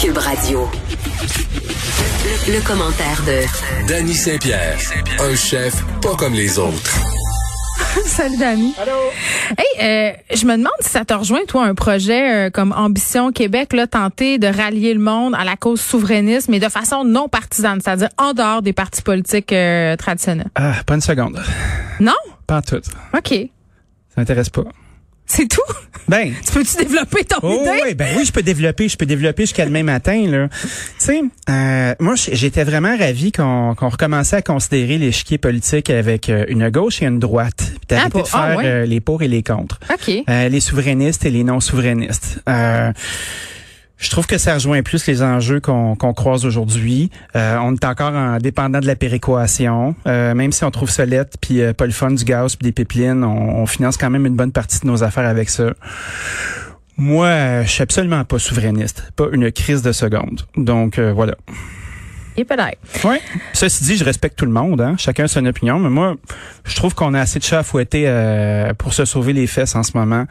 Cube Radio. Le, le commentaire de Danny Saint-Pierre, un chef pas comme les autres. Salut Dani. Allô? Hey, euh, je me demande si ça te rejoint toi un projet euh, comme Ambition Québec là tenter de rallier le monde à la cause souverainiste mais de façon non partisane, c'est-à-dire en dehors des partis politiques euh, traditionnels. Ah, pas une seconde. Non Pas en tout. OK. Ça m'intéresse pas. C'est tout. Ben. Tu peux-tu développer ton Oh, idée oui, ben oui, je peux développer, je peux développer jusqu'à demain matin là. Tu sais, euh, moi j- j'étais vraiment ravi qu'on qu'on recommençait à considérer l'échiquier politique avec euh, une gauche et une droite, puis Ah, d'arrêter pour- de ah, faire ouais. euh, les pour et les contre, OK. Euh, les souverainistes et les non souverainistes. Euh, je trouve que ça rejoint plus les enjeux qu'on qu'on croise aujourd'hui. Euh, on est encore en dépendant de la péréquation. Euh, même si on trouve solette, puis euh, pas le fun du gaz, puis des pipelines, on, on finance quand même une bonne partie de nos affaires avec ça. Moi, euh, je suis absolument pas souverainiste, pas une crise de seconde. Donc euh, voilà. Et peut-être. Ouais. Ceci dit, je respecte tout le monde, hein. chacun son opinion, mais moi, je trouve qu'on a assez de chats à fouetter euh, pour se sauver les fesses en ce moment.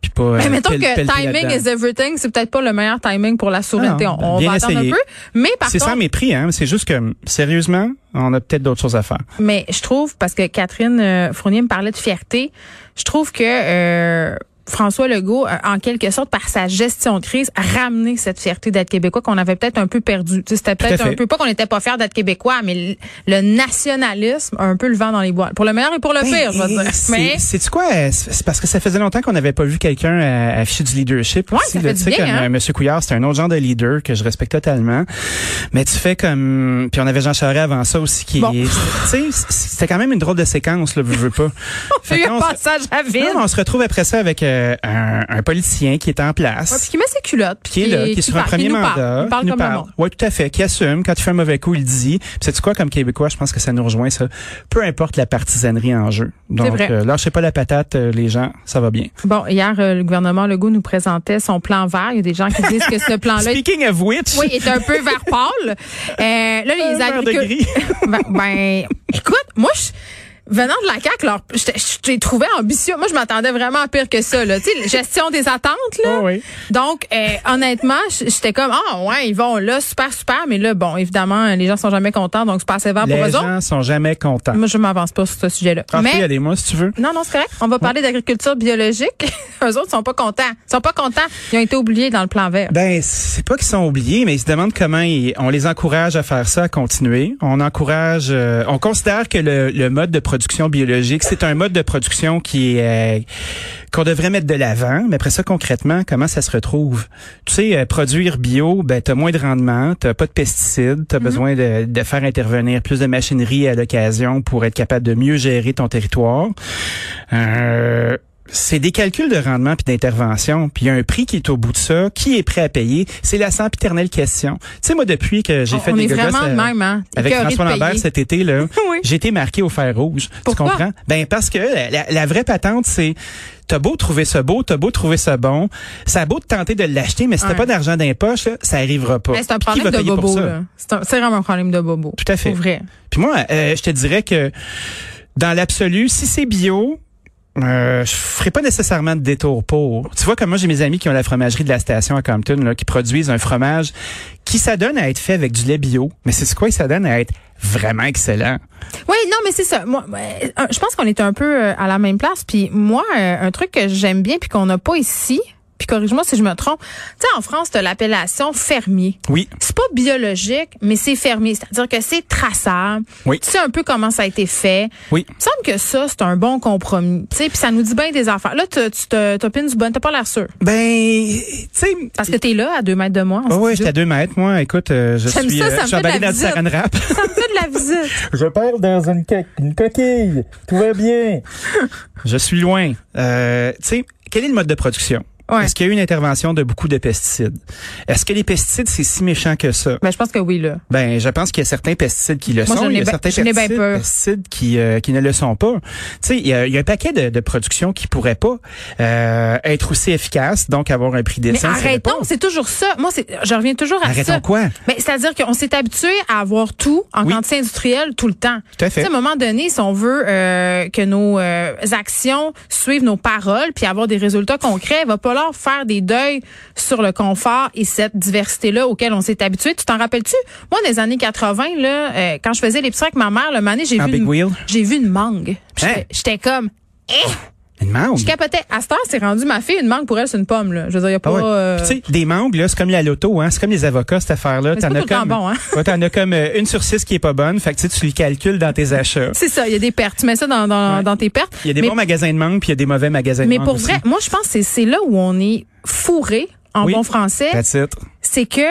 Puis pas. euh, Mais mettons pel- que pelleter timing là-dedans. is everything, c'est peut-être pas le meilleur timing pour la souveraineté. Ah non, on on bien va attendre un essayé. peu. Mais par C'est contre, sans mépris, hein. C'est juste que, sérieusement, on a peut-être d'autres choses à faire. Mais je trouve, parce que Catherine euh, Fournier me parlait de fierté, je trouve que euh, François Legault, a, en quelque sorte, par sa gestion de crise, a ramené cette fierté d'être québécois qu'on avait peut-être un peu perdu. Tu sais, C'était à peut-être un fait. peu, pas qu'on n'était pas fier d'être québécois, mais le, le nationalisme a un peu le vent dans les boîtes. Pour le meilleur et pour le pire, je veux dire. Mais Ben C'est quoi euh, C'est c'est parce que ça faisait longtemps qu'on n'avait pas vu quelqu'un euh, afficher du leadership. Ouais, aussi, ça là. fait du Tu sais, bien, comme, hein. euh, Monsieur Couillard, c'est un autre genre de leader que je respecte totalement. Mais tu fais comme, puis on avait Jean Charest avant ça aussi qui. Bon. Tu sais, c'était quand même une drôle de séquence, là, veux, veux pas. il y Fait a eu qu'on un se- passage à vide. Non, on se retrouve après ça avec euh, un, un politicien qui est Ouais, en puis place. qui met ses culottes, puis Qui est là, qui est sur un parle, premier qui nous mandat, Parle, il parle qui nous comme le parle. monde. Oui, tout à fait, qui assume. Quand tu fais un mauvais coup, il le dit. C'est quoi, comme Québécois, je pense que ça nous rejoint, ça. Peu importe la partisanerie en jeu. Donc, vrai. euh, lâchez pas la patate, euh, les gens, ça va bien. Bon, hier, euh, le gouvernement Legault nous présentait son plan vert. Il y a des gens qui disent que ce plan-là est Speaking of which, Oui, est un peu vert pâle. Euh, là, les vert de gris. agriculteurs. ben, ben, écoute, moi, je. Venant de la CAQ, leur, je t'ai- je t'ai trouvé ambitieux. Moi, je m'attendais vraiment à pire que ça. Là. Tu sais, gestion des attentes. Là. Ah oui. Donc, euh, honnêtement, j- j'étais comme, ah ouais, ils vont là, super, super. Mais là, bon, évidemment, les gens sont jamais contents, donc c'est pas assez vert Ah, pour les eux autres. gens sont jamais contents. Moi, je m'avance pas sur ce sujet-là. Ah, mais allez, moi, si tu veux. non, non, c'est correct. On va parler d'agriculture biologique. eux autres sont pas contents. Ils sont pas contents. Ils ont été oubliés dans le plan vert. Ben, c'est pas qu'ils sont oubliés, mais ils se demandent comment ils- on les encourage à faire ça, à continuer. On encourage, euh, on considère que le, le mode de production biologique, c'est un mode de production qui est euh, qu'on devrait mettre de l'avant, mais après ça concrètement, comment ça se retrouve Tu sais, euh, produire bio, ben t'as moins de rendement, t'as pas de pesticides, Mhm. t'as besoin de, de faire intervenir plus de machinerie à l'occasion pour être capable de mieux gérer ton territoire. Euh, c'est des calculs de rendement puis d'intervention, puis il y a un prix qui est au bout de ça. Qui est prêt à payer C'est la sempiternelle question. Tu sais, moi depuis que j'ai On- fait Oh, on des est gogos, vraiment euh, de même, hein? avec Écoeurés de François Lambert payer. cet été là, Oui. j'ai été marqué au fer rouge. Pourquoi? Tu comprends Ben parce que la, la- la vraie patente c'est T'as beau trouver ça beau, t'as beau trouver ça bon, ça a beau te tenter de l'acheter, mais si t'as Ouais. pas d'argent dans les poches, là, ça arrivera pas. Mais c'est un Puis qui problème va de payer pour bobo. ça? là. C'est un- c'est vraiment un problème de bobo. Tout à fait. Pour vrai. Puis moi, euh, je te dirais que dans l'absolu, si c'est bio, euh, je ferai pas nécessairement de détour pour. Tu vois, comme moi, j'ai mes amis qui ont la fromagerie de la station à Compton, là, qui produisent un fromage qui s'adonne à être fait avec du lait bio. Mais c'est quoi? Il s'adonne à être vraiment excellent. Oui, non, mais c'est ça. Moi, euh, un- je pense qu'on est un peu euh, à la même place. Puis moi, euh, un truc que j'aime bien puis qu'on n'a pas ici, puis corrige-moi si je me trompe. Tu sais, en France, t'as l'appellation fermier. Oui. C'est pas biologique, mais c'est fermier. C'est-à-dire que c'est traçable. Oui. Tu sais un peu comment ça a été fait. Oui. Il me semble que ça, c'est un bon compromis. Tu sais, puis ça nous dit bien des affaires. Là, tu tu te- t'opines du bon. T'as pas l'air sûr. Ben, tu sais. Parce que t'es là, à deux mètres de moi. en Oh studio. ouais, j'étais à deux mètres, moi. Écoute, euh, je J'aime suis, ça, euh, ça je me fait de suis la emballé dans le visite. saran wrap. Ça me fait de la visite. Je perds dans une, coquille. Tout va bien. Je suis loin. Euh, tu sais, quel est le mode de production? Ouais. Est-ce qu'il y a eu une intervention de beaucoup de pesticides? Est-ce que les pesticides, c'est si méchant que ça? Ben, je pense que oui, là. Ben, je pense qu'il y a certains pesticides qui le Moi, sont. j'en ai Il y a ben- certains j'en ai ben pesticides, peur. pesticides qui, euh, qui ne le sont pas. Tu sais, il y a, il y a un paquet de, de productions qui pourraient pas euh, être aussi efficaces, donc avoir un prix Mais décent. c'est arrêtons, pas- c'est toujours ça. Moi, c'est, je reviens toujours à ça. Arrêtons quoi? Mais c'est-à-dire qu'on s'est habitué à avoir tout en Oui. quantité industrielle tout le temps. Tout à fait. Tu sais, à un moment donné, si on veut euh, que nos euh, actions suivent nos paroles puis avoir des résultats concrets, il va pas là falloir faire des deuils sur le confort et cette diversité-là auquel on s'est habitué. Tu t'en rappelles-tu? Moi, dans les années 80, là, euh, quand je faisais les avec ma mère, le mané, j'ai En vu, big wheel? une- j'ai vu une mangue. Puis Hein? j'étais- J'étais comme, Une mangue. je capotais. À cette heure, c'est rendu ma fille, une mangue pour elle, c'est une pomme, là. Je veux dire, y a pas, Ah ouais. euh, Puis Tu sais, des mangues, là, c'est comme la loto, hein. C'est comme les avocats, cette affaire-là. Mais c'est T'en pas as tout le temps comme, bon, hein. Ouais, t'en as comme euh, une sur six qui est pas bonne. Fait que tu sais, tu les calcules dans tes achats. c'est ça, il y a des pertes. Tu mets ça dans, dans, dans tes pertes. Il y a des Mais bons magasins de mangues, puis il y a des mauvais magasins de Mais mangues pour aussi. vrai, moi, je pense que c'est- c'est là où on est fourré en Oui. bon français. That's it. C'est que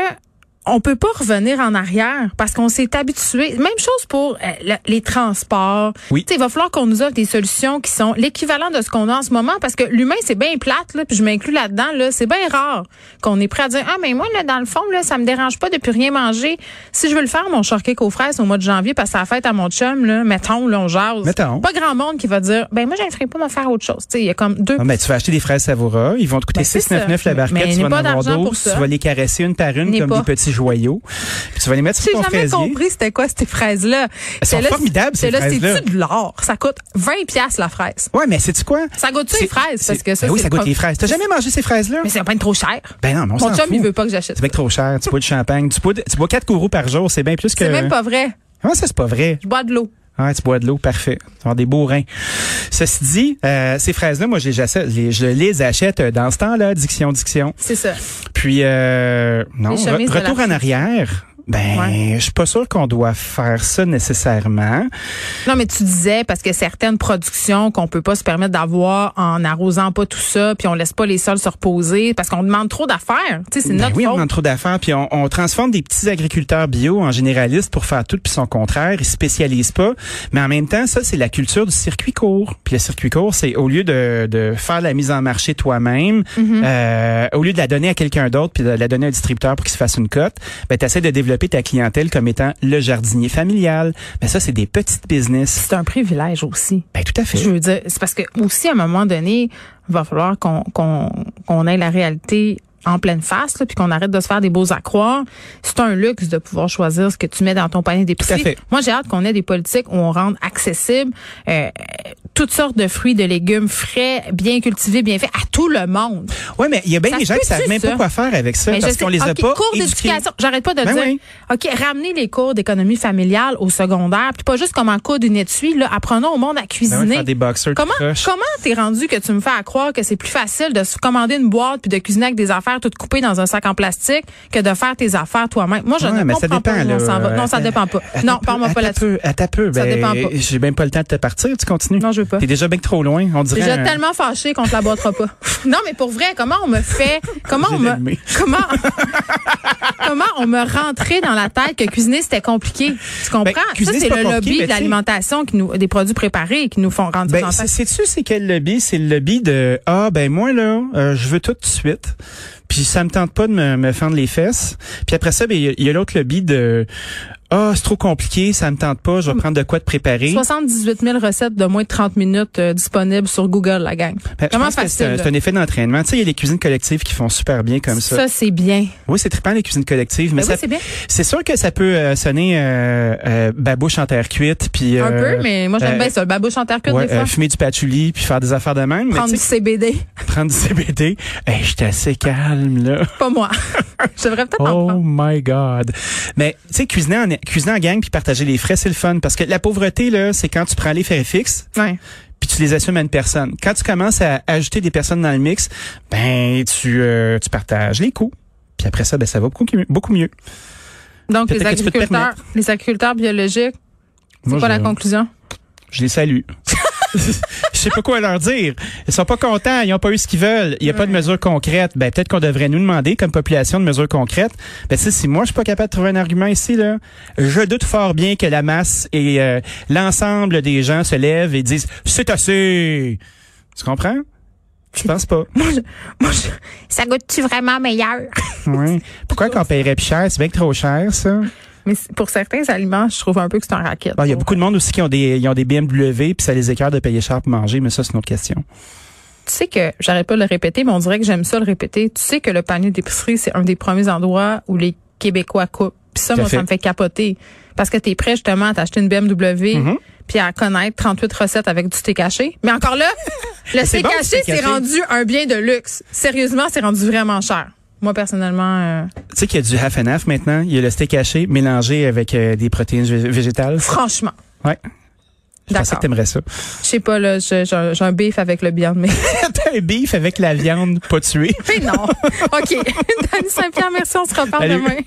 on peut pas revenir en arrière parce qu'on s'est habitué. Même chose pour euh, la- les transports. Oui. Tu sais, il va falloir qu'on nous offre des solutions qui sont l'équivalent de ce qu'on a en ce moment parce que l'humain, c'est bien plate, là, puis je m'inclus là-dedans, là, c'est bien rare qu'on est prêt à dire, ah, mais moi, là, dans le fond, là, ça me dérange pas de plus rien manger. Si je veux le faire, mon shortcake aux fraises au mois de janvier parce que c'est la fête à mon chum, là, mettons, là, on jase. Mettons. Pas grand monde qui va dire, ben, moi, je ne ferai pas me faire autre chose. Tu sais, il y a comme deux Non, Ah, mais tu vas acheter des fraises Savoura, ils vont te coûter Ben, c'est 6,99 la ça. barquette, Mais tu vas n'aie en pas avoir d'argent 12, pour ça. tu vas les caresser une par une N'aie comme pas. des petits joyaux. Puis tu vas les mettre sur J'ai ton jamais fraisier. compris c'était quoi ces fraises-là. Elles sont J'étais là, formidables, ces j'étais là, fraises-là. C'est-tu de l'or? Ça coûte 20 pièces la fraise. Ouais, mais c'est tu quoi Ça goûte-tu C'est- les fraises? Parce c'est- que ça, Ben oui, c'est ça goûte pas- les fraises. T'as jamais mangé ces fraises-là Mais c'est pas trop cher. Ben non, mais on Mon s'en chum, fout. il veut pas que j'achète. C'est bien trop cher. Tu bois du champagne. Tu bois, de- tu bois 4 gourous par jour. C'est bien plus que. C'est même pas vrai. Comment ça, c'est pas vrai? Je bois de l'eau. Ouais, Hein, tu bois de l'eau, parfait. Tu vas avoir des beaux reins. Ceci dit, euh, ces fraises-là, moi, je les, achète, je les- je les achète euh, dans ce temps-là, diction, diction. C'est ça. Puis, euh, non, Les re- chemises de retour la- en arrière. Ben, Ouais. je suis pas sûr qu'on doit faire ça nécessairement. Non, mais tu disais, parce que certaines productions qu'on peut pas se permettre d'avoir en arrosant pas tout ça, puis on laisse pas les sols se reposer, parce qu'on demande trop d'affaires. Tu sais, c'est Ben notre oui, on faute. demande trop d'affaires, puis on, on transforme des petits agriculteurs bio en généralistes pour faire tout, puis son contraire, ils se spécialisent pas. Mais en même temps, ça, c'est la culture du circuit court. Puis le circuit court, c'est au lieu de, de faire la mise en marché toi-même, Mm-hmm. euh, au lieu de la donner à quelqu'un d'autre, puis de la donner à un distributeur pour qu'il se fasse une cote, ben, tu essaies de développer ta clientèle comme étant le jardinier familial. Ben, ça, c'est des petites business. C'est un privilège aussi. Ben, tout à fait. Je veux dire, c'est parce que aussi à un moment donné, il va falloir qu'on qu'on qu'on ait la réalité en pleine face, là, puis qu'on arrête de se faire des beaux accroires. C'est un luxe de pouvoir choisir ce que tu mets dans ton panier d'épicerie. Tout à fait. Moi, j'ai hâte qu'on ait des politiques où on rende accessible euh, toutes sortes de fruits, de légumes frais, bien cultivés, bien faits à tout le monde. Ouais, mais il y a bien Ça des se gens qui peut-tu, savent même ça? pas quoi faire avec ça Mais je parce sais- qu'on les a OK, pas cours éduqués. d'éducation, j'arrête pas de Ben dire. oui. OK, ramener les cours d'économie familiale au secondaire, puis pas juste comme en cours d'une étui, là, apprenons au monde à Ben cuisiner. oui, faire des boxers Comment croches. comment t'es rendu que tu me fais à croire que c'est plus facile de se commander une boîte puis de cuisiner avec des affaires toutes coupées dans un sac en plastique que de faire tes affaires toi-même Moi je Ouais, ne mais ça comprends pas où dépend, on là. s'en va. Non, ça Attends, dépend pas. Non, parle-moi pas là-dessus. À ta peu, Ça ben, dépend pas. J'ai même pas le temps de te partir. Tu continues. Non, je veux pas. T'es déjà bien que trop loin. On dirait. Déjà un- tellement fâchée qu'on te la boitera pas. Non, mais pour vrai, comment on me fait, comment J'ai on me, l'allumé. comment, comment on me rentrait dans la tête que cuisiner c'était compliqué. Tu comprends? Ben, Ça, cuisiner, c'est c'est pas le compliqué, lobby mais de tu sais- l'alimentation qui nous, des produits préparés qui nous font rendre Ben, ça c'est- sais-tu c'est quel lobby? C'est le lobby de Ah ben moi là, euh, je veux tout de suite. Puis ça me tente pas de me, me fendre les fesses. Puis après ça, ben il y a- il y a, l'autre lobby de Ah, c'est trop compliqué, ça me tente pas, Hum. je vais prendre de quoi de préparer. 78 000 recettes de moins de 30 minutes euh, disponibles sur Google, la gang. Ben, je Comment pense que c'est facile? un, c'est un effet d'entraînement. Tu sais, il y a les cuisines collectives qui font super bien comme ça. Ça, c'est bien. Oui, c'est trippant les cuisines collectives, mais Ben ça- oui, c'est bien. c'est sûr que ça peut euh, sonner euh, euh, babouche en terre cuite, puis Un euh, peu, mais moi, j'aime euh, bien ça. Le babouche en terre cuite, Ouais, des fois. euh, fumer du patchouli puis faire des affaires de même. Prendre mais du tu sais, CBD. prendre du CBD. Hey, j'étais assez calme, là. Pas moi. Je devrais peut-être en Oh prendre. my God. Mais, tu sais, cuisiner en, cuisiner en gang puis partager les frais, c'est le fun. Parce que la pauvreté, là, c'est quand tu prends les frais fixes Ouais. puis tu les assumes à une personne. Quand tu commences à ajouter des personnes dans le mix, ben, tu, euh, tu partages les coûts. Puis après ça, ben, ça va beaucoup, mieux- beaucoup mieux. Donc, les Peut-être que tu peux te agriculteurs, les agriculteurs biologiques, c'est Moi, quoi je- la conclusion? Je les salue. Je sais pas quoi leur dire. Ils sont pas contents, ils ont pas eu ce qu'ils veulent. Il y a pas de mesures concrètes. Ben peut-être qu'on devrait nous demander comme population de mesures concrètes. Ben tu sais, si moi je suis pas capable de trouver un argument ici là, je doute fort bien que la masse et euh, l'ensemble des gens se lèvent et disent c'est assez. Tu comprends Je pense pas. Ça goûte-tu vraiment meilleur? Ouais. Pourquoi qu'on paierait plus cher C'est bien que trop cher ça. Mais c'est- pour certains aliments, je trouve un peu que c'est un racket. Bon, Ah, il y a beaucoup de monde aussi qui ont des ils ont des BMW puis ça les écœure de payer cher pour manger, mais ça c'est une autre question. Tu sais que, j'arrête pas de le répéter, mais on dirait que j'aime ça le répéter. Tu sais que le panier d'épicerie, c'est un des premiers endroits où les Québécois coupent. Puis ça, Tout moi, à ça fait. Mhm. me fait capoter. Parce que t'es prêt, justement, à t'acheter une BMW. puis à connaître 38 recettes avec du thé caché. Mais encore là, le C'est thé bon, le caché, thé c'est caché. rendu un bien de luxe. Sérieusement, c'est rendu vraiment cher. Moi, personnellement, euh, Tu sais qu'il y a du half and half maintenant. Il y a le steak haché mélangé avec euh, des protéines vég- végétales. franchement, Ouais. Je pensais D'accord. que t'aimerais ça. je sais pas, là, je- j'ai j'ai un beef avec le Beyond Meat. T'as un beef avec la viande pas tuée. Ben Mais non. OK. Dani Saint-Pierre, merci. On se reparle Salut. demain.